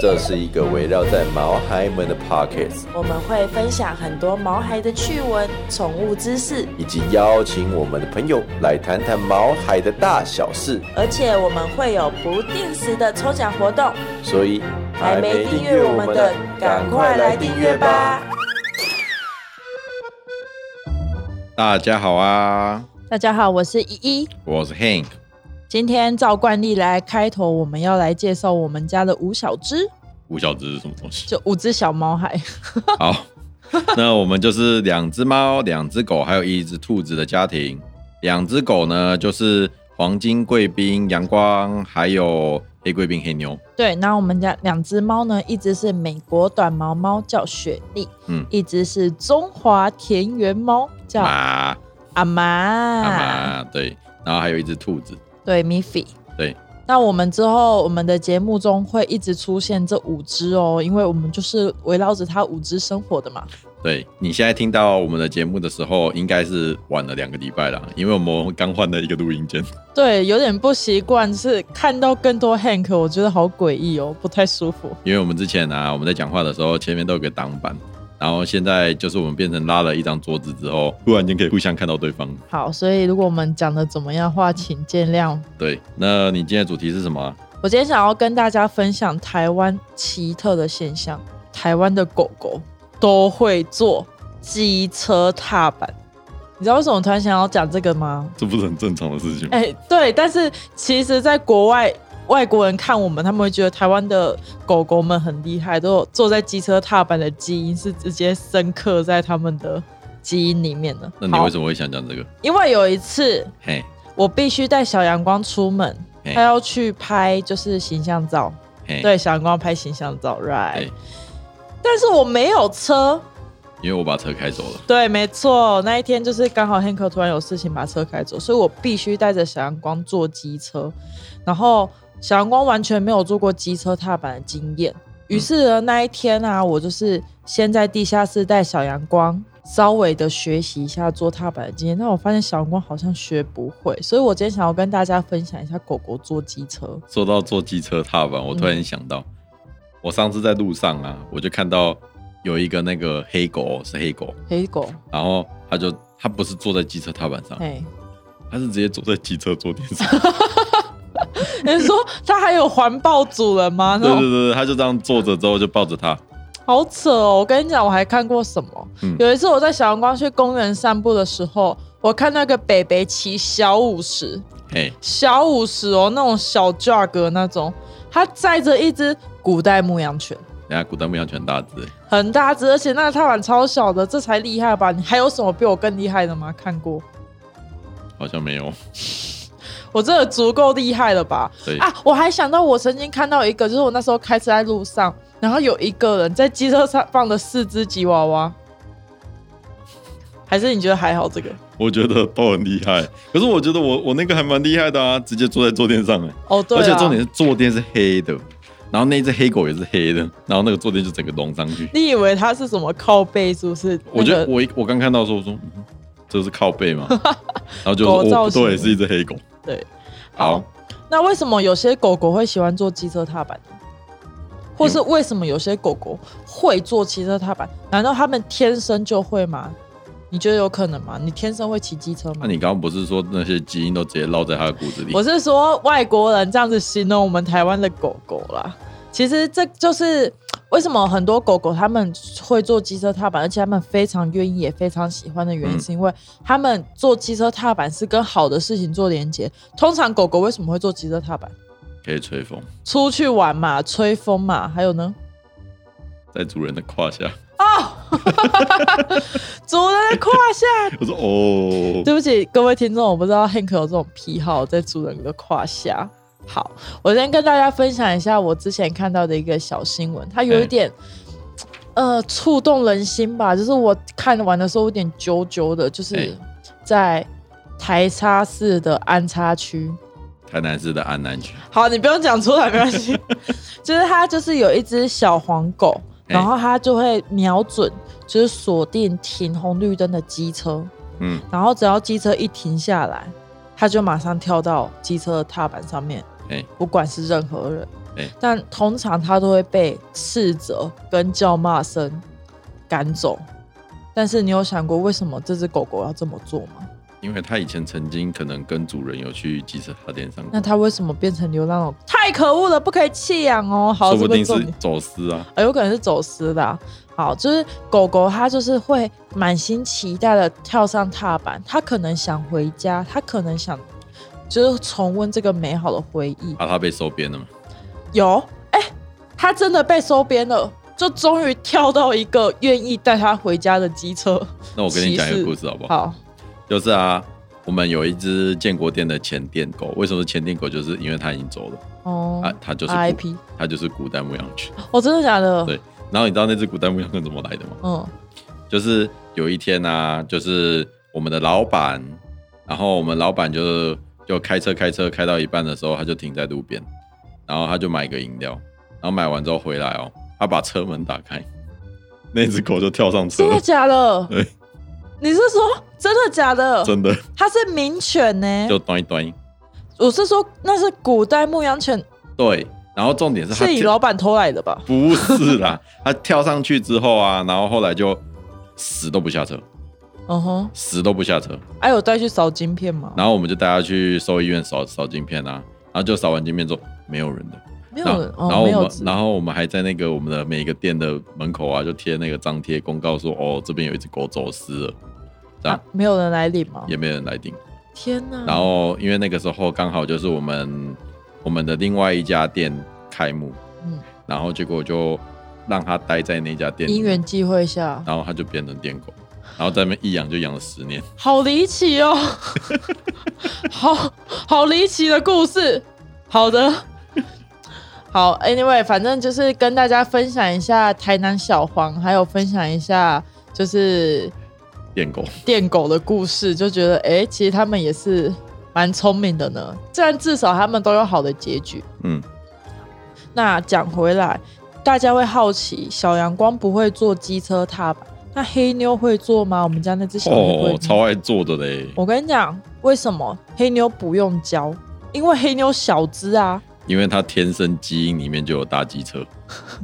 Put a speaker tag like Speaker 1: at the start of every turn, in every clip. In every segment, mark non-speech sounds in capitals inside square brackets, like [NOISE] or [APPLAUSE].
Speaker 1: 这是一个围绕在毛孩们的 Pockets，
Speaker 2: 我们会分享很多毛孩的趣闻、宠物知识，
Speaker 1: 以及邀请我们的朋友来谈谈毛孩的大小事。
Speaker 2: 而且我们会有不定时的抽奖活动。
Speaker 1: 所以
Speaker 2: 还没订阅我们的，赶快来订阅吧！！
Speaker 1: 大家好啊，
Speaker 2: 大家好，我是依依。
Speaker 1: 我是 Hank。
Speaker 2: 今天照惯例来开头，我们要来介绍我们家的五小只，
Speaker 3: 五小只是什么东西？
Speaker 2: 就五只小毛孩。 [LAUGHS]
Speaker 3: 好， [LAUGHS] 那我们就是两只猫、两只狗，还有一只兔子的家庭。两只狗呢，就是黄金贵宾、阳光，还有黑贵宾、黑妞。
Speaker 2: 对，那我们家两只猫呢，一只是美国短毛猫，叫雪莉，
Speaker 3: 嗯
Speaker 2: 一只是中华田园猫，叫
Speaker 3: 马
Speaker 2: 阿妈，
Speaker 3: 阿妈对，然后还有一只兔子。
Speaker 2: 对，Miffy。
Speaker 3: 对，
Speaker 2: 那我们之后我们的节目中会一直出现这五只哦，因为我们就是围绕着它五只生活的嘛。
Speaker 3: 对你现在听到我们的节目的时候，应该是晚了两个礼拜了，因为我们刚换了一个录音间。 [LAUGHS]
Speaker 2: 对，有点不习惯，是看到更多 Hank，我觉得好诡异哦，不太舒服。
Speaker 3: 因为我们之前啊，我们在讲话的时候，前面都有个挡板，然后现在就是我们变成拉了一张桌子之后，突然间可以互相看到对方。
Speaker 2: 好，所以如果我们讲的怎么样的话，请见谅。
Speaker 3: 对，那你今天的主题是什么啊？
Speaker 2: 我今天想要跟大家分享台湾奇特的现象：台湾的狗狗都会坐机车踏板。你知道为什么我突然想要讲这个吗？
Speaker 3: 这不是很正常的事情吗？
Speaker 2: 哎、对，但是其实，在国外，外国人看我们，他们会觉得台湾的狗狗们很厉害，都有坐在机车踏板的基因是直接深刻在他们的基因里面的。
Speaker 3: 那你为
Speaker 2: 么？
Speaker 3: 什么会想讲这个？
Speaker 2: 因为有一次，
Speaker 3: 嘿，
Speaker 2: 我必须带小阳光出门，
Speaker 3: 嘿
Speaker 2: 他要去拍就是形象照，
Speaker 3: 嘿，
Speaker 2: 哎对，小阳光拍形象照，right？
Speaker 3: 嗯对
Speaker 2: 但是我没有车，
Speaker 3: 因为我把车开走了。
Speaker 2: 对，没错，那一天就是刚好 Hank 突然有事情把车开走，所以我必须带着小阳光坐机车，然后小阳光完全没有坐过机车踏板的经验，于是呢那一天啊，我就是先在地下室带小阳光。稍微的学习一下坐踏板的经验，但我发现小阳光好像学不会，所以我今天想要跟大家分享一下狗狗坐机车。
Speaker 3: 说到坐机车踏板，我突
Speaker 2: 嗯
Speaker 3: 然想到，我上次在路上啊，我就看到有一个那个黑狗哦是黑狗，
Speaker 2: 黑狗，
Speaker 3: 然后它就它不是坐在机车踏板上，
Speaker 2: 哎，
Speaker 3: 它是直接坐在机车坐垫上。
Speaker 2: [LAUGHS] 你说它还有环抱主人吗？那
Speaker 3: 对
Speaker 2: 种
Speaker 3: 对对，对它就这样坐着之后就抱着它。
Speaker 2: 好扯哦！我跟你讲，我还看过什么？
Speaker 3: 嗯
Speaker 2: 有一次我在小阳光去公园散步的时候，我看那个北北骑小五十，
Speaker 3: 嘿，
Speaker 2: 小五十哦，那种小 jog 那种，它载着一只古代牧羊犬，
Speaker 3: 人家古代牧羊犬很大只，欸
Speaker 2: 很大只，而且那个踏板超小的，这才厉害吧？你还有什么比我更厉害的吗？看过，
Speaker 3: 好像没有。
Speaker 2: 我真的足够厉害了吧？
Speaker 3: 对，
Speaker 2: 啊，我还想到我曾经看到一个，就是我那时候开车在路上，然后有一个人在机车上放了四只吉娃娃，还是你觉得还好这个？
Speaker 3: 我觉得都很厉害。可是我觉得我我那个还蛮厉害的啊，直接坐在坐垫上哎、
Speaker 2: 哦，对、
Speaker 3: 而
Speaker 2: 啊，
Speaker 3: 且重点是坐垫是黑的，然后那只黑狗也是黑的，然后那个坐垫就整个隆上去。
Speaker 2: 你以为它是什么靠背是不是？
Speaker 3: 我觉得
Speaker 2: 那个
Speaker 3: 我一我刚看到的时候我说，嗯这是靠背
Speaker 2: [LAUGHS]
Speaker 3: 嘛，然后就
Speaker 2: 狗
Speaker 3: 说
Speaker 2: 造
Speaker 3: 哦不对，
Speaker 2: 型
Speaker 3: 是一只黑狗。
Speaker 2: 对，
Speaker 3: 好，
Speaker 2: 那为什么有些狗狗会喜欢坐机车踏板呢？或是为什么有些狗狗会坐机车踏板？难道它们天生就会吗？你觉得有可能吗？你天生会骑机车吗
Speaker 3: 那？你刚刚不是说那些基因都直接烙在它的骨子里？
Speaker 2: 我是说外国人这样子形容我们台湾的狗狗啦。其实这就是嘖为什么很多狗狗他们会坐机车踏板，而且他们非常愿意也非常喜欢的原因，
Speaker 3: 嗯
Speaker 2: 是因为他们坐机车踏板是跟好的事情做连接。通常狗狗为什么会坐机车踏板？
Speaker 3: 可以吹风，
Speaker 2: 出去玩嘛，吹风嘛，还有呢，
Speaker 3: 在主人的胯下。 [LAUGHS]
Speaker 2: 主人的胯下。
Speaker 3: 我说哦，
Speaker 2: 对不起，各位听众，我不知道 Hank 有这种癖好，在主人的胯下。好，我先跟大家分享一下我之前看到的一个小新闻，它有一点、呃触动人心吧，就是我看完的时候有点揪揪的，就是
Speaker 3: 哎
Speaker 2: 在台插市的安插区。
Speaker 3: 台南市的安南区， [LAUGHS]
Speaker 2: 好，你不用讲出来，没关系。就是它就是有一只小黄狗，
Speaker 3: 哎
Speaker 2: 然后它就会瞄准，就是锁定停红绿灯的机车，
Speaker 3: 嗯，
Speaker 2: 然后只要机车一停下来，它就马上跳到机车的踏板上面，
Speaker 3: 哎
Speaker 2: 不管是任何人。
Speaker 3: 哎
Speaker 2: 但通常它都会被斥责跟叫骂声赶走。但是你有想过为什么这只狗狗要这么做吗？
Speaker 3: 因为它以前曾经可能跟主人有去机车踏店上过
Speaker 2: 那，它为什么变成流浪狗？太可恶了，不可以弃养哦！好，
Speaker 3: 说不
Speaker 2: 这个
Speaker 3: 定
Speaker 2: 重
Speaker 3: 是
Speaker 2: 点
Speaker 3: 走私啊。
Speaker 2: 呃，有可能是走私的啊、好，就是狗狗它就是会满心期待的跳上踏板，它可能想回家，它可能想就是重温这个美好的回忆。
Speaker 3: 啊，它被收编了嘛？
Speaker 2: 有，哎、它真的被收编了，就终于跳到一个愿意带它回家的机车。
Speaker 3: 那我跟你讲一
Speaker 2: 歧
Speaker 3: 个
Speaker 2: 视
Speaker 3: 故事好不好？
Speaker 2: 好，
Speaker 3: 就是啊，我们有一只建国店的前店狗，为什么是前店狗？就是因为它已经走了，
Speaker 2: 哦、
Speaker 3: 啊，它就是古
Speaker 2: RIP，
Speaker 3: 它就是古代牧羊犬。
Speaker 2: 哦，真的假的？
Speaker 3: 对然后你知道那只古代牧羊犬怎么来的吗？
Speaker 2: 嗯，
Speaker 3: 就是有一天啊，就是我们的老板，然后我们老板就就开车开车开到一半的时候，他就停在路边，然后他就买个饮料，然后买完之后回来哦，他把车门打开，那只狗就跳上车
Speaker 2: 真
Speaker 3: 了
Speaker 2: 的，假的？
Speaker 3: [LAUGHS] 对，
Speaker 2: 你是说真的假的？
Speaker 3: 真的
Speaker 2: 它是名犬呢、
Speaker 3: 就端一端。
Speaker 2: 我是说那是古代牧羊犬，
Speaker 3: 对，然后重点是他
Speaker 2: 是你
Speaker 3: 跳
Speaker 2: 老板偷来的吧？
Speaker 3: 不是啦， [LAUGHS] 他跳上去之后啊，然后后来就死都不下车，
Speaker 2: 嗯哼，
Speaker 3: 死都不下车。
Speaker 2: 哎、有带去扫金片吗？
Speaker 3: 然后我们就带他去兽医院扫扫镜片啊，然后就扫完镜片之后没有人的。
Speaker 2: 没
Speaker 3: 然
Speaker 2: 有
Speaker 3: 后
Speaker 2: 人，
Speaker 3: 然
Speaker 2: 哦，
Speaker 3: 后我
Speaker 2: 没有
Speaker 3: 们，
Speaker 2: 纸。
Speaker 3: 然后我们还在那个我们的每个店的门口啊，就贴那个张贴公告说，哦，这边有一只狗走私了，这样、
Speaker 2: 啊，嗯没有人来领吗？
Speaker 3: 也没有人来订。
Speaker 2: 天哪！
Speaker 3: 然后因为那个时候刚好就是我们我们的另外一家店开幕，
Speaker 2: 嗯
Speaker 3: 然后结果就让它待在那家店里
Speaker 2: 因
Speaker 3: 面，
Speaker 2: 缘际会下，
Speaker 3: 然后它就变成店狗，然后在那边一养就养了十年。
Speaker 2: 好离
Speaker 3: [LAUGHS]
Speaker 2: 奇哦，好好离奇的故事。好的，好，anyway，反正就是跟大家分享一下台南小黄，还有分享一下就是
Speaker 3: 店狗，
Speaker 2: 电狗的故事，就觉得哎、诶其实他们也是蛮聪明的呢。这样至少他们都有好的结局。
Speaker 3: 嗯，
Speaker 2: 那讲回来，大家会好奇，小阳光不会做机车踏板，那黑妞会做吗？我们家那 [LAUGHS] 只小黑会、
Speaker 3: 哦，超爱做的嘞，
Speaker 2: 我跟你讲，为什么黑妞不用教？因为黑妞小只啊
Speaker 3: 因为它天生基因里面就有搭机车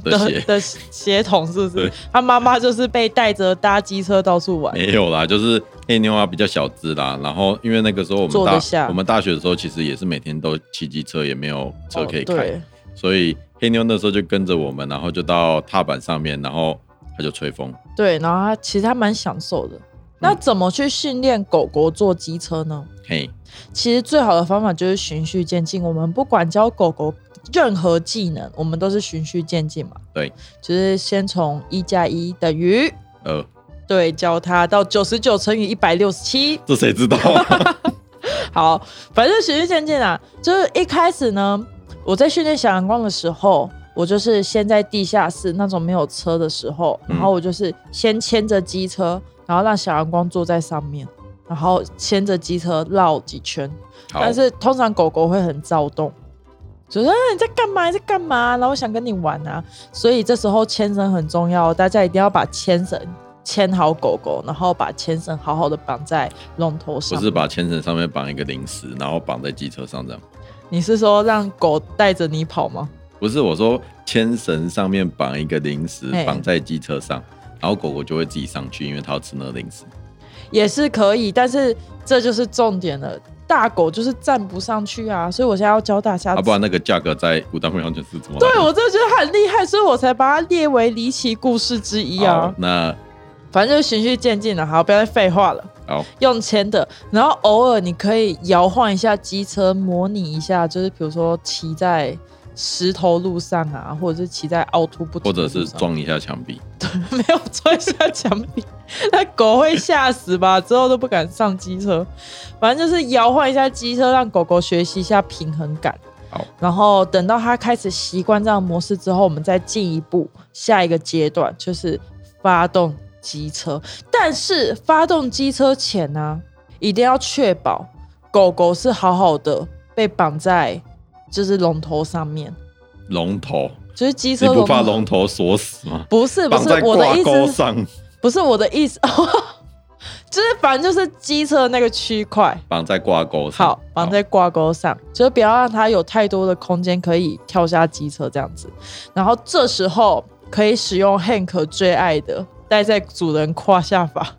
Speaker 3: 的
Speaker 2: [LAUGHS] 的
Speaker 3: 血。
Speaker 2: 的血统是不是
Speaker 3: 对？
Speaker 2: 她妈妈就是被带着搭机车到处玩，
Speaker 3: 没有啦，就是黑妞啊比较小只啦，然后因为那个时候我们
Speaker 2: 坐得
Speaker 3: 大
Speaker 2: 下
Speaker 3: 我们大学的时候其实也是每天都骑机车，也没有车可以
Speaker 2: 哦
Speaker 3: 开，
Speaker 2: 对，
Speaker 3: 所以黑妞那时候就跟着我们，然后就到踏板上面，然后它就吹风。
Speaker 2: 对，然后他其实他蛮享受的。那怎么去训练狗狗坐机车呢？
Speaker 3: 嘿，
Speaker 2: 其实最好的方法就是循序渐进。我们不管教狗狗任何技能，我们都是循序渐进嘛。
Speaker 3: 对，
Speaker 2: 就是先从一加一等于
Speaker 3: 呃，
Speaker 2: 对教它到九十九乘以一百六十七。
Speaker 3: 这谁知道、 [LAUGHS] 啊？
Speaker 2: 好，反正循序渐进啊，就是一开始呢，我在训练小阳光的时候，我就是先在地下室那种没有车的时候，
Speaker 3: 嗯
Speaker 2: 然后我就是先牵着机车，然后让小阳光坐在上面，然后牵着机车绕几圈。
Speaker 3: 好，
Speaker 2: [LAUGHS] 但是通常狗狗会很躁动，就说、啊、你在干嘛？你在干嘛？然后我想跟你玩啊，所以这时候牵绳很重要，大家一定要把牵绳牵好狗狗，然后把牵绳好好的绑在龙头上。
Speaker 3: 不是把牵绳上面绑一个零食，然后绑在机车上这样？
Speaker 2: 你是说让狗带着你跑吗？
Speaker 3: 不是，我说牵绳上面绑一个零食，
Speaker 2: 嘿
Speaker 3: 绑在机车上，然后狗狗就会自己上去，因为它要吃那个零食。
Speaker 2: 也是可以，但是这就是重点了。大狗就是站不上去啊，所以我现在要教大家。
Speaker 3: 啊，不然那个价格在古代牧羊犬是怎么来的？
Speaker 2: 对我真的觉得它很厉害，所以我才把它列为离奇故事之一
Speaker 3: 好
Speaker 2: 啊。
Speaker 3: 那
Speaker 2: 反正就循序渐进了，好，不要再废话了。
Speaker 3: 好，
Speaker 2: 用牵的，然后偶尔你可以摇晃一下机车，模拟一下，就是比如说骑在石头路上啊，或者是骑在凹凸不
Speaker 3: 或
Speaker 2: 平的
Speaker 3: 者
Speaker 2: 路上，
Speaker 3: 是撞一下墙壁。
Speaker 2: [LAUGHS] 没有撞下墙壁，那狗会吓死吧？之后都不敢上机车。反正就是摇晃一下机车，让狗狗学习一下平衡感
Speaker 3: 好。
Speaker 2: 然后等到它开始习惯这样的模式之后，我们再进一步下一个阶段，就是发动机车。但是发动机车前呢、一定要确保狗狗是好好的被绑在就是龙头上面。
Speaker 3: 龙头
Speaker 2: 就是机
Speaker 3: 你
Speaker 2: 车
Speaker 3: 不怕
Speaker 2: 头
Speaker 3: 龙头锁死吗？
Speaker 2: 不是不
Speaker 3: 绑
Speaker 2: 是
Speaker 3: 在
Speaker 2: 我
Speaker 3: 挂
Speaker 2: 的意
Speaker 3: 钩
Speaker 2: 思是，
Speaker 3: 上，
Speaker 2: 不是我的意思， [LAUGHS] 就是反正就是机车的那个区块，
Speaker 3: 绑在挂钩上。
Speaker 2: 好绑在挂钩上，就是不要让它有太多的空间可以跳下机车这样子。然后这时候可以使用 Hank 最爱的待在主人胯下法。 [LAUGHS]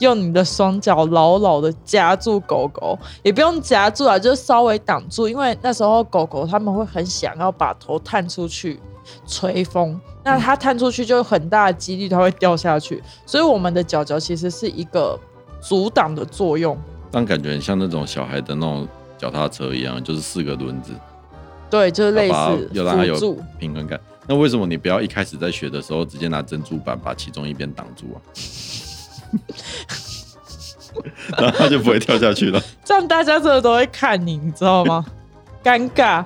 Speaker 2: 用你的双脚牢牢的夹住狗狗，也不用夹住啊，就是稍微挡住，因为那时候狗狗它们会很想要把头探出去吹风，那它探出去就有很大的几率它会掉下去，所以我们的脚脚其实是一个阻挡的作用。
Speaker 3: 但感觉很像那种小孩的那种脚踏车一样，就是四个轮子，
Speaker 2: 对，就是类
Speaker 3: 要
Speaker 2: 似
Speaker 3: 让它
Speaker 2: 辅
Speaker 3: 有
Speaker 2: 助。
Speaker 3: 平衡感。那为什么你不要一开始在学的时候直接拿珍珠板把其中一边挡住啊？
Speaker 2: [LAUGHS]
Speaker 3: 然后它就不会跳下去了。
Speaker 2: 这样大家真的都会看你，你知
Speaker 3: [LAUGHS]
Speaker 2: 道吗？尴尬。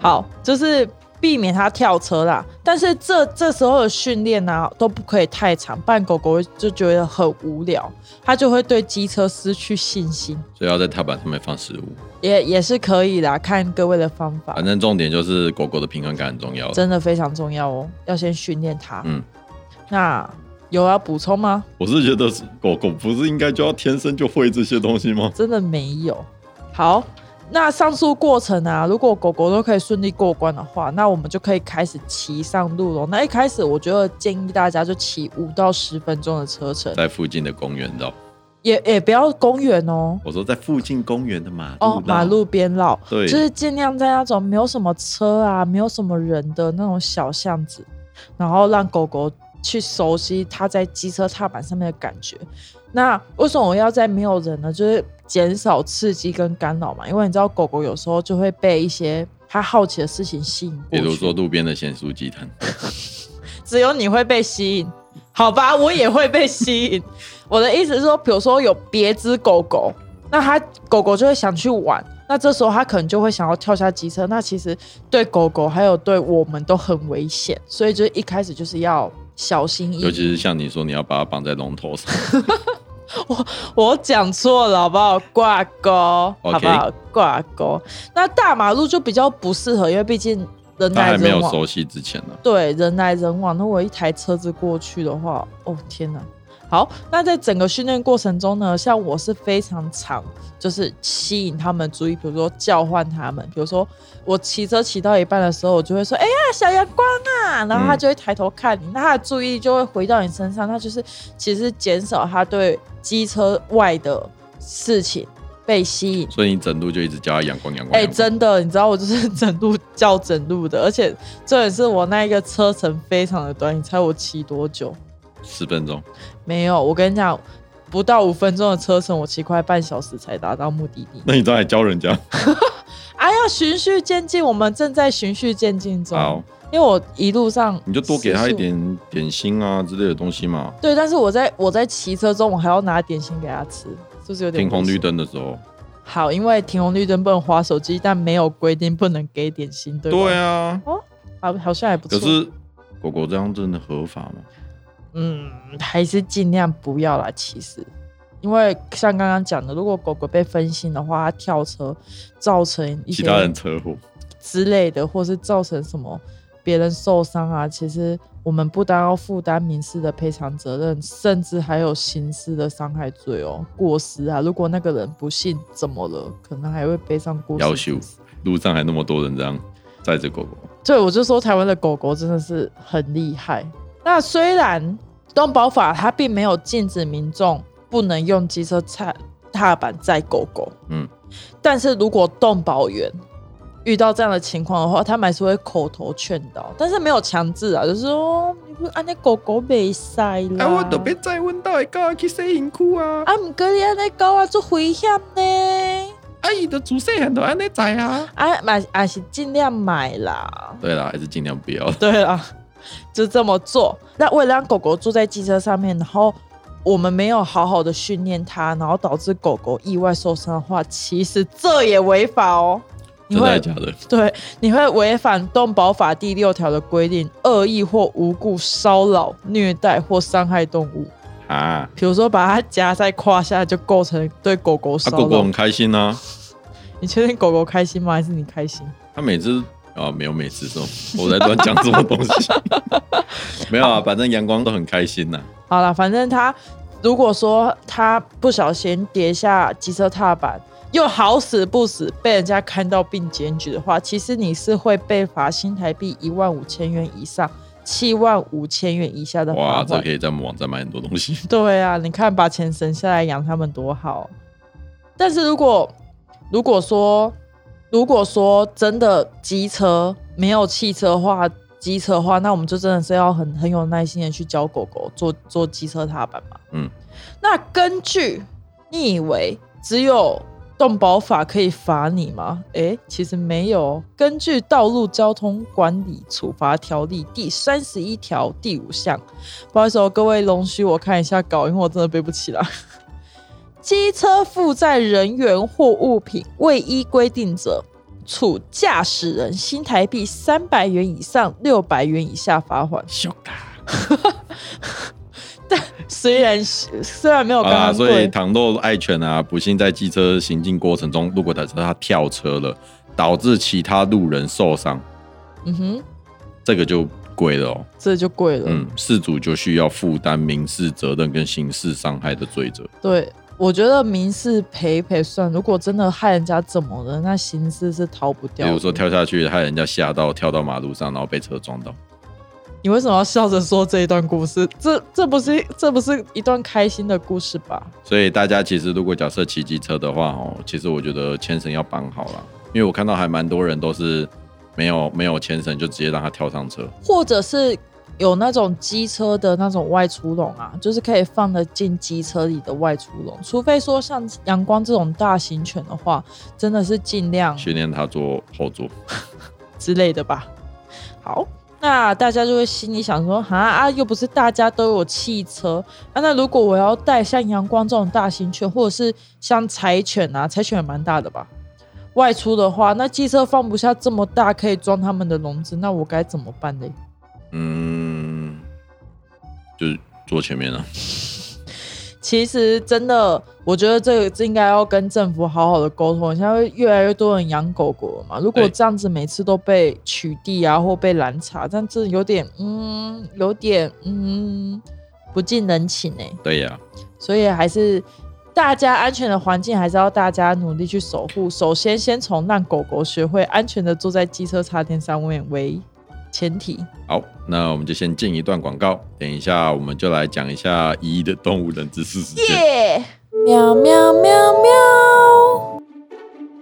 Speaker 2: 好，就是避免它跳车啦。但是这这时候的训练呢，都不可以太长，不然狗狗就觉得很无聊，它就会对机车失去信心。
Speaker 3: 所以要在踏板上面放食物。
Speaker 2: 也也是可以啦，看各位的方法
Speaker 3: 反，正重点就是狗狗的平衡感很重要。
Speaker 2: 真的非常重要哦，要先训练它。
Speaker 3: 嗯
Speaker 2: 那有要补充吗？
Speaker 3: 我是觉得狗狗不是应该就要天生就会这些东西吗？
Speaker 2: 真的没有。好，那上述过程啊，如果狗狗都可以顺利过关的话，那我们就可以开始骑上路了。那一开始我觉得建议大家就骑五到十分钟的车程，
Speaker 3: 在附近的公园绕，
Speaker 2: 也也不要公园哦。
Speaker 3: 我说在附近公园的马路
Speaker 2: 哦，
Speaker 3: 绕
Speaker 2: 马路边绕，
Speaker 3: 对
Speaker 2: 就是尽量在那种没有什么车啊、没有什么人的那种小巷子，然后让狗狗去熟悉它在机车踏板上面的感觉。那为什么我要在没有人呢？就是减少刺激跟干扰嘛，因为你知道狗狗有时候就会被一些它好奇的事情吸引过
Speaker 3: 比
Speaker 2: 去，嗯
Speaker 3: 如说路边的咸酥鸡摊，
Speaker 2: 只有你会被吸引，好吧， [LAUGHS] 我也会被吸引。我的意思是说，比如说有别只狗狗，那它狗狗就会想去玩，那这时候它可能就会想要跳下机车，那其实对狗狗还有对我们都很危险，所以就是一开始就是要小心翼
Speaker 3: 尤
Speaker 2: 翼。
Speaker 3: 其是像你说你要把它绑在龙头
Speaker 2: [LAUGHS]
Speaker 3: 上，
Speaker 2: 我讲错了，好不好？挂钩
Speaker 3: OK
Speaker 2: 好不好？挂钩。那大马路就比较不适合，因为毕竟人
Speaker 3: 它
Speaker 2: 来
Speaker 3: 还没
Speaker 2: 人
Speaker 3: 有
Speaker 2: 往。
Speaker 3: 熟悉之前呢、啊
Speaker 2: 对，人来人往，那我一台车子过去的话，哦天哪！好，那在整个训练过程中呢，像我是非常常就是吸引他们注意，比如说叫唤他们，比如说我骑车骑到一半的时候，我就会说：“哎呀，小阳光啊！”然后他就会抬头看你，那他的注意力就会回到你身上，那就是其实减少他对机车外的事情被吸引。
Speaker 3: 所以你整路就一直叫它阳光阳光。
Speaker 2: 哎、
Speaker 3: 阳光
Speaker 2: 真的，你知道我就是 [LAUGHS] 整路叫整路的，而且重点是我那一个车程非常的短，你猜我骑多久？
Speaker 3: 十分钟， [LAUGHS]
Speaker 2: 没有，我跟你讲，不到五分钟的车程，我骑快半小时才达到目的地。
Speaker 3: 那你这样还教人家？
Speaker 2: 哎、要循序渐进，我们正在循序渐进
Speaker 3: 好
Speaker 2: 中。，因为我一路上
Speaker 3: 你就多给它
Speaker 2: 时
Speaker 3: 一
Speaker 2: 速。
Speaker 3: 点点心啊之类的东西嘛。
Speaker 2: 对，但是我在我在骑车中，我还要拿点心给他吃，是不是有点
Speaker 3: 停红绿
Speaker 2: 危险？
Speaker 3: 灯的时候，
Speaker 2: 好，因为停红绿灯不能划手机，但没有规定不能给点心，对吧？
Speaker 3: 对啊，
Speaker 2: 好，好像还不错。
Speaker 3: 可是狗狗这样真的合法吗？
Speaker 2: 嗯，还是尽量不要啦。其实，因为像刚刚讲的，如果狗狗被分心的话，它跳车造成一
Speaker 3: 其
Speaker 2: 些
Speaker 3: 他人车祸，
Speaker 2: 之类的，或是造成什么别人受伤啊，其实我们不但要负担民事的赔偿责任，甚至还有刑事的伤害罪哦，过失啊。如果那个人不幸怎么了，可能还会背上过
Speaker 3: 要
Speaker 2: 失
Speaker 3: 求
Speaker 2: 之死。
Speaker 3: 路上还那么多人这样载着狗狗，
Speaker 2: 对，我就说台湾的狗狗真的是很厉害。那虽然动保法它并没有禁止民众不能用机车踏踏板载狗狗，
Speaker 3: 嗯，
Speaker 2: 但是如果动保员遇到这样的情况的话，他们还是会口头劝导，但是没有强制啊，就是说你不按那狗狗被塞
Speaker 3: 啊
Speaker 2: 啦，
Speaker 3: 哎再问到一个去洗身躯啊，
Speaker 2: 啊，唔过你安尼搞啊，做危险呢，
Speaker 3: 阿啊姨的主细很多安尼载啊。
Speaker 2: 啊买啊是尽量买啦。
Speaker 3: 对啦，还是尽量不要。
Speaker 2: [LAUGHS] 对啊，就这么做。那为了让狗狗坐在机车上面，然后我们没有好好的训练它，然后导致狗狗意外受伤的话，其实这也违法哦。你
Speaker 3: 真的
Speaker 2: 会
Speaker 3: 假的？ [LAUGHS]
Speaker 2: 对，你会违反动保法第六条的规定，恶意或无故骚扰、虐待或伤害动物，
Speaker 3: 啊，
Speaker 2: 比如说把它夹在胯下，就构成对狗狗
Speaker 3: 啊，
Speaker 2: 骚扰。
Speaker 3: 狗狗很开心啊，
Speaker 2: 你确定狗狗开心吗？还是你开心？
Speaker 3: 它每次。啊，没有没事，这种我在乱讲什么东西？ [LAUGHS] 没有啊，反正阳光都很开心呐、
Speaker 2: 好了，反正他如果说他不小心跌下机车踏板，又好死不死被人家看到并检举的话，其实你是会被罚新台币一万五千元以上七万五千元以下的罚
Speaker 3: 哇，这
Speaker 2: 款
Speaker 3: 可。以在我们网站买很多东 [LAUGHS] 西。
Speaker 2: 对啊，你看把钱省下来养他们多好。但是如果如果说如果说真的机车没有汽车的话，机车的话，那我们就真的是要很很有耐心的去教狗狗做做机车踏板嘛。
Speaker 3: 嗯，
Speaker 2: 那根据你以为只有动保法可以罚你吗？诶，其实没有哦。根据《道路交通管理处罚条例》第三十一条第五项，不好意思哦，各位容许我看一下稿，因为我真的背不起来。 [LAUGHS] 机车负载人员或物品未依规定者，处驾驶人新台币三百元以上六百元以下罚款。
Speaker 3: 羞嘎
Speaker 2: [LAUGHS] 虽然虽然没有
Speaker 3: 好
Speaker 2: 哦刚
Speaker 3: 啦，
Speaker 2: 刚
Speaker 3: 啊所以
Speaker 2: 对，
Speaker 3: 倘若爱犬啊，不幸在机车行进过程中，如果他他跳车了，导致其他路人受伤，
Speaker 2: 嗯哼，
Speaker 3: 这个就贵了哦。
Speaker 2: 这就贵了。
Speaker 3: 嗯，事主就需要负担民事责任跟刑事伤害的罪责。
Speaker 2: 对，我觉得民事赔一赔算，如果真的害人家怎么了，那刑事是逃不
Speaker 3: 比
Speaker 2: 掉的。
Speaker 3: 如说跳下去害人家吓到，跳到马路上，然后被车撞到。
Speaker 2: 你为什么要笑着说这一段故事？这这不是这不是一段开心的故事吧？
Speaker 3: 所以大家其实如果假设骑机车的话哦，其实我觉得牵绳要绑好啦，因为我看到还蛮多人都是没有没有牵绳就直接让他跳上车。
Speaker 2: 或者是有那种机车的那种外出笼啊，就是可以放得进机车里的外出笼，除非说像阳光这种大型犬的话，真的是尽量
Speaker 3: 训练他坐后座，
Speaker 2: 之类的吧。好，那大家就会心里想说，哈啊，又不是大家都有汽车啊，那如果我要带像阳光这种大型犬，或者是像柴犬啊，柴犬也蛮大的吧。外出的话，那机车放不下这么大可以装他们的笼子，那我该怎么办呢？
Speaker 3: 嗯，就是坐前面啊。
Speaker 2: 其实真的，我觉得这个这应该要跟政府好好的沟通一下，会越来越多人养狗狗了嘛。如果
Speaker 3: 对
Speaker 2: 这样子每次都被取缔啊，或被拦查，这样子有点嗯，有点嗯，不近人情哎、
Speaker 3: 对呀、
Speaker 2: 所以还是大家安全的环境，还是要大家努力去守护。首先，先从让狗狗学会安全的坐在机车插电上面为前提。
Speaker 3: 好，那我们就先进一段广告，等一下我们就来讲一下一一的动物冷知识时间。
Speaker 2: 耶、喵喵喵喵！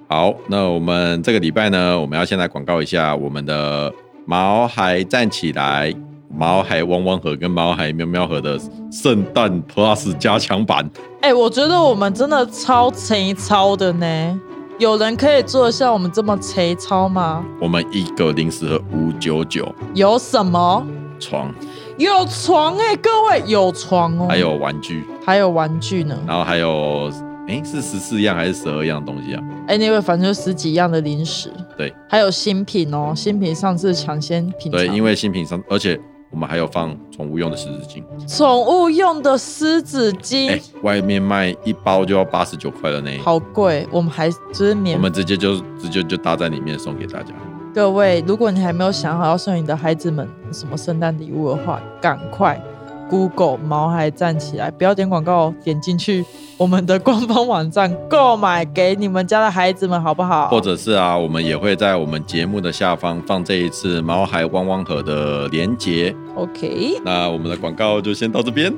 Speaker 3: 好，那我们这个礼拜呢，我们要先来广告一下我们的毛孩站起来、毛孩汪汪盒跟毛孩喵喵盒的圣诞 Plus 加强版。
Speaker 2: 哎、我觉得我们真的超贼超的呢。有人可以做得像我们这么贼超吗？
Speaker 3: 我们一个零食盒五九九
Speaker 2: 有什么？
Speaker 3: 床，
Speaker 2: 有床哎、各位有床哦，
Speaker 3: 还有啊玩具，
Speaker 2: 还有玩具呢。
Speaker 3: 然后还有诶，是十四样还是十二样东西啊？
Speaker 2: 哎、那位反正就十几样的零食，
Speaker 3: 对，
Speaker 2: 还有新品哦，新品上次抢先品尝。
Speaker 3: 对，因为新品上，而且我们还有放宠物用的湿纸巾。
Speaker 2: 宠物用的湿纸巾、
Speaker 3: 哎、外面卖一包就要八十九块了呢。
Speaker 2: 好贵，我们还就是免
Speaker 3: 我们直接就直接就搭在里面送给大家。
Speaker 2: 各位，如果你还没有想好要送你的孩子们什么圣诞礼物的话，赶快 Google 毛孩站起来，不要点广告哦，点进去我们的官方网站购买给你们家的孩子们，好不好？
Speaker 3: 或者是啊，我们也会在我们节目的下方放这一次毛海汪汪河的连结。
Speaker 2: OK，
Speaker 3: 那我们的广告就先到这边。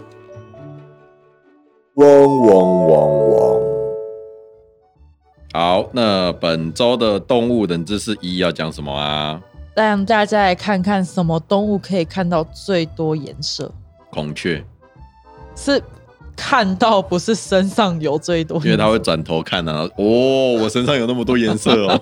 Speaker 1: 嗡嗡嗡嗡，
Speaker 3: 好，那本周的动物冷知识一要讲什么啊？
Speaker 2: 让大家来看看什么动物可以看到最多颜色，
Speaker 3: 孔雀，
Speaker 2: 是看到不是身上有最多颜色，
Speaker 3: 因为它会转头看呢、啊。哦，我身上有那么多颜色 [LAUGHS] 哦。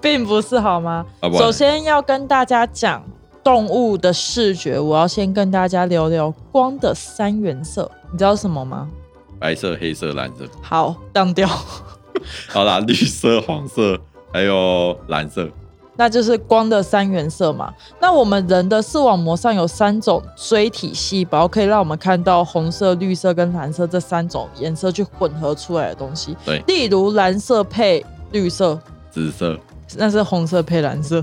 Speaker 2: 并不是好吗？
Speaker 3: 啊不然
Speaker 2: 首先要跟大家讲动物的视觉，我要先跟大家聊聊光的三原色，你知道什么吗？
Speaker 3: 白色、黑色、蓝色。
Speaker 2: 好，当掉， [LAUGHS]
Speaker 3: 好啦，绿色、黄色，还有蓝色。
Speaker 2: 那就是光的三原色嘛。那我们人的视网膜上有三种锥体细胞，可以让我们看到红色、绿色跟蓝色这三种颜色去混合出来的东西。
Speaker 3: 对
Speaker 2: 例如蓝色配绿色，
Speaker 3: 紫色、
Speaker 2: 那是红色配蓝色，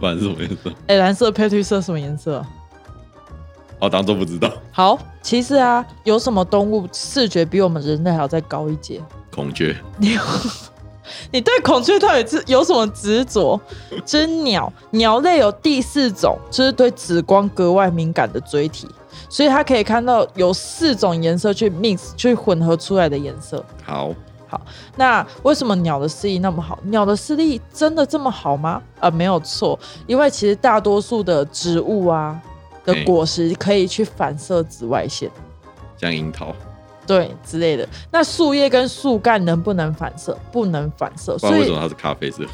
Speaker 3: 不然是什么颜色？
Speaker 2: 哎、蓝色配绿色什么颜色啊、
Speaker 3: 哦，当做不知道。
Speaker 2: 好，其实啊，有什么动物视觉比我们人类还要再高一截？
Speaker 3: 孔雀，
Speaker 2: 你 [LAUGHS] 你对孔雀到底是有什么执着？就是鸟，鸟类有第四种，就是对紫光格外敏感的锥体，所以它可以看到有四种颜色去 mix 去混合出来的颜色。
Speaker 3: 好，
Speaker 2: 那为什么鸟的视力那么好？鸟的视力真的这么好吗？呃，没有错，因为其实大多数的植物啊的
Speaker 3: 嗯
Speaker 2: 果实可以去反射紫外线。
Speaker 3: 像樱桃，
Speaker 2: 对之类的。那树叶跟树干能不能反射？不能反射，
Speaker 3: 不然
Speaker 2: 所
Speaker 3: 为什么
Speaker 2: 以
Speaker 3: 它是咖啡色？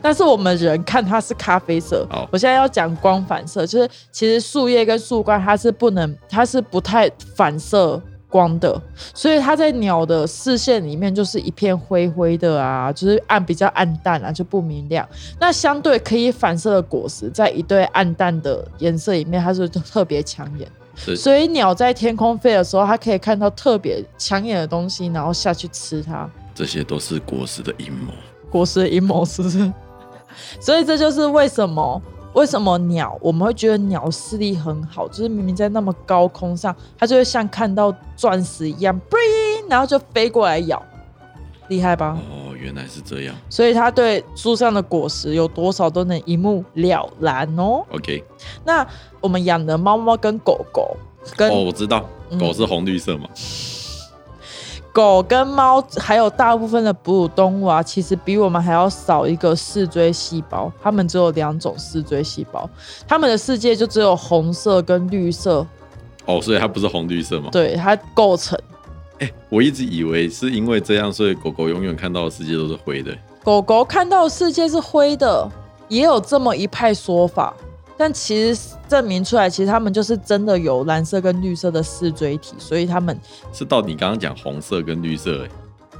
Speaker 2: 但是我们人看它是咖啡色
Speaker 3: 好。
Speaker 2: 我现在要讲光反射，就是其实树叶跟树干它是不能，它是不太反射。光的，所以它在鸟的视线里面就是一片灰灰的啊，就是暗比较暗淡啊，就不明亮。那相对可以反射的果实，在一对暗淡的颜色里面，它是特别抢眼。
Speaker 3: 是
Speaker 2: 所以鸟在天空飞的时候，它可以看到特别抢眼的东西，然后下去吃它。
Speaker 3: 这些都是果实的阴谋。
Speaker 2: 国师的阴谋是不是？ [LAUGHS] 所以这就是为什么为什么鸟我们会觉得鸟视力很好，就是明明在那么高空上，它就会像看到钻石一样，嘣，然后就飞过来咬，厉害吧？
Speaker 3: 哦，原来是这样。
Speaker 2: 所以它对树上的果实有多少都能一目了然哦。
Speaker 3: OK，
Speaker 2: 那我们养的猫猫跟狗狗，跟
Speaker 3: 哦，我知道，
Speaker 2: 嗯
Speaker 3: 狗是红绿色嘛。
Speaker 2: 狗跟猫，还有大部分的哺乳动物啊，其实比我们还要少一个视锥细胞，它们只有两种视锥细胞，它们的世界就只有红色跟绿色，
Speaker 3: 哦，所以它不是红绿色嘛？
Speaker 2: 对它构成。
Speaker 3: 我一直以为是因为这样，所以狗狗永远看到的世界都是灰的。
Speaker 2: 狗狗看到的世界是灰的，也有这么一派说法，但其实证明出来，其实它们就是真的有蓝色跟绿色的视锥体，所以它们
Speaker 3: 是到你刚刚讲红色跟绿色、欸，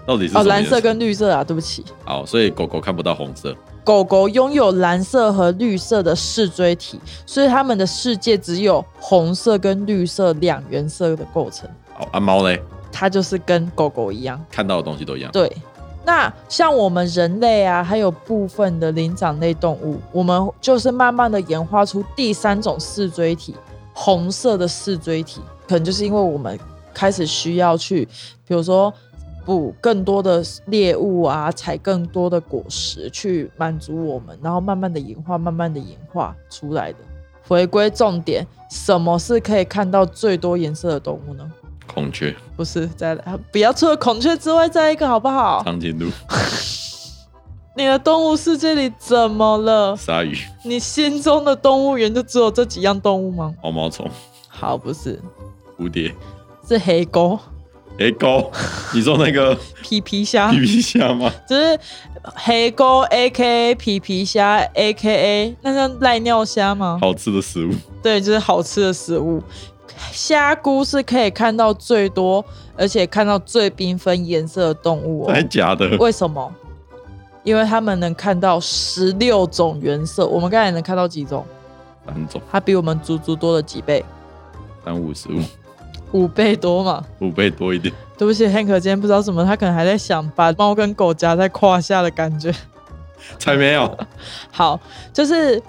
Speaker 3: 到底是
Speaker 2: 哦
Speaker 3: 什么
Speaker 2: 蓝
Speaker 3: 颜
Speaker 2: 色跟绿色啊，对不起，
Speaker 3: 好，所以狗狗看不到红色。
Speaker 2: 狗狗拥有蓝色和绿色的视锥体，所以它们的世界只有红色跟绿色两原色的构成。
Speaker 3: 好，啊猫嘞，
Speaker 2: 它就是跟狗狗一样。
Speaker 3: 看到的东西都一样。
Speaker 2: 对，那像我们人类啊，还有部分的灵长类动物，我们就是慢慢的演化出第三种视锥体——红色的视锥体。可能就是因为我们开始需要去，比如说捕更多的猎物啊，采更多的果实去满足我们，然后慢慢的演化，慢慢的演化出来的。回归重点，什么是可以看到最多颜色的动物呢？
Speaker 3: 孔雀、
Speaker 2: 不是，再来，啊不要除了孔雀之外再一个好不好？
Speaker 3: 长颈鹿、
Speaker 2: 哦你的动物世界里怎么了？
Speaker 3: 鲨鱼、
Speaker 2: 你心中的动物园就只有这几样动物吗？
Speaker 3: 毛毛虫、
Speaker 2: 好，不是，
Speaker 3: 蝴蝶、
Speaker 2: 是黑狗、
Speaker 3: 黑狗。你说那个
Speaker 2: 皮皮虾，
Speaker 3: 皮皮虾吗？
Speaker 2: 就是黑狗 A K A 皮皮虾 A K A 那像赖尿虾
Speaker 3: [LAUGHS]
Speaker 2: 吗？
Speaker 3: 好吃的食物。
Speaker 2: 对，就是好吃的食物。虾菇是可以看到最多，而且看到最缤纷颜色的动物哦
Speaker 3: 还。假的？
Speaker 2: 为什么？因为他们能看到十六种原色，我们刚才能看到几种？
Speaker 3: 三种，
Speaker 2: 它比我们足足多了几倍，
Speaker 3: 三五十五，
Speaker 2: 五倍多嘛。
Speaker 3: 五倍多一点。
Speaker 2: 对不起，Hank 今天不知道什么，他可能还在想把猫跟狗夹在胯下的感觉。 [LAUGHS]
Speaker 3: 才没有。
Speaker 2: 好，就是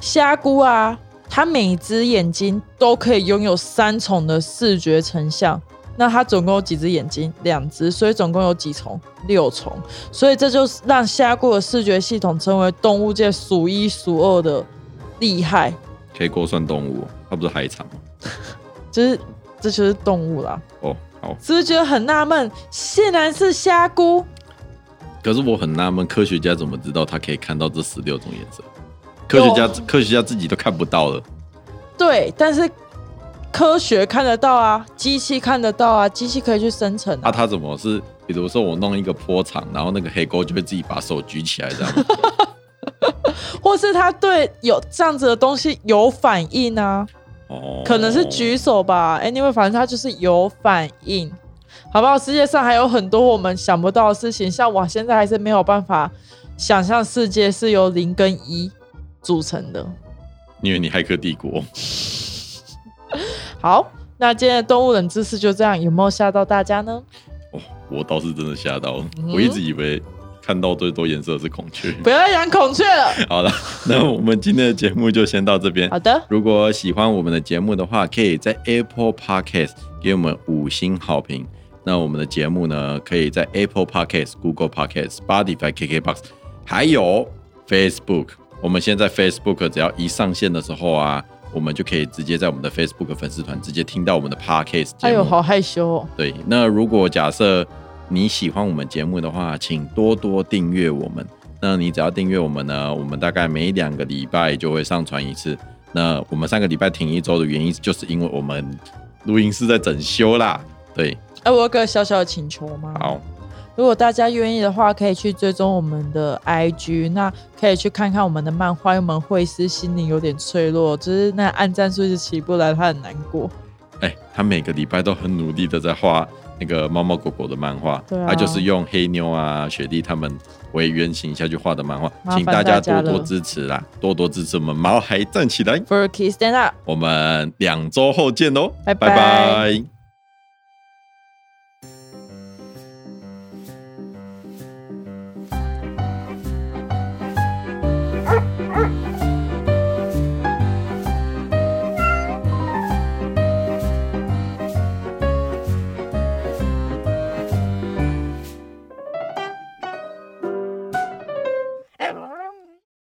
Speaker 2: 虾菇啊，它每只眼睛都可以拥有三重的视觉成像。那它总共有几只眼睛？两只，所以总共有几重？六重。所以这就是让虾菇的视觉系统成为动物界数一数二的厉害。
Speaker 3: 黑狗算动物哦、它不是海产吗？
Speaker 2: 就是这就是动物啦，
Speaker 3: 哦，好。
Speaker 2: 是不是觉得很纳闷？竟然是虾菇，
Speaker 3: 可是我很纳闷，科学家怎么知道它可以看到这十六种颜色？科学家科学家自己都看不到了。
Speaker 2: 对，但是科学看得到啊，机器看得到啊，机器可以去生成
Speaker 3: 那、
Speaker 2: 啊。
Speaker 3: 它怎么是？比如说我弄一个坡场，然后那个黑狗就会自己把手举起来，这
Speaker 2: [LAUGHS]
Speaker 3: 样吗
Speaker 2: 或是他对有这样子的东西有反应啊，
Speaker 3: 哦，
Speaker 2: 可能是举手吧。Anyway，反正他就是有反应，好不好？世界上还有很多我们想不到的事情，像我现在还是没有办法想象世界是由零跟一组成的。
Speaker 3: 因为你骇客帝国，
Speaker 2: 好，那今天的动物冷知
Speaker 3: 嗯
Speaker 2: 识就这样，有没有吓到大家呢？ [LAUGHS]
Speaker 3: 哦，我倒是真的吓到了。
Speaker 2: 嗯哼
Speaker 3: 我一直以为看到最多颜色的是孔雀。
Speaker 2: 不要再养孔雀了。
Speaker 3: 好了，那我们今天的节目就先到这边
Speaker 2: 好。的，
Speaker 3: 如果喜欢我们的节目的话，可以在 Apple Podcast 给我们五星好评。那我们的节目呢，可以在 Apple Podcast、Google Podcast、Spotify、KKBox，还有 Facebook。我们现在 Facebook 只要一上线的时候啊，我们就可以直接在我们的 Facebook 粉丝团直接听到我们的 Podcast 节目。
Speaker 2: 哎呦，好害羞哦。
Speaker 3: 对，那如果假设你喜欢我们节目的话，请多多订阅我们。那你只要订阅我们呢，我们大概每两个礼拜就会上传一次。那我们上个礼拜停一周的原因，就是因为我们录音室在整修啦。对，
Speaker 2: 哎，我有个小小的请求吗？
Speaker 3: 好，
Speaker 2: 如果大家愿意的话，可以去追踪我们的 IG，那可以去看看我们的漫画。因为我们会师心灵有点脆弱，就是那按战术是起不来，他很难过。
Speaker 3: 哎、他每个礼拜都很努力的在画那个猫猫狗狗的漫画，
Speaker 2: 对啊
Speaker 3: 他就是用黑妞啊、雪莉他们为原型下去画的漫画，
Speaker 2: 麻烦
Speaker 3: 请大家
Speaker 2: 大家
Speaker 3: 多
Speaker 2: 了
Speaker 3: 多支持啦，多多支持我们毛孩站起来。
Speaker 2: For kiss stand up。
Speaker 3: 我们两周后见喽，
Speaker 2: 哦拜
Speaker 3: 拜
Speaker 2: 拜
Speaker 3: 拜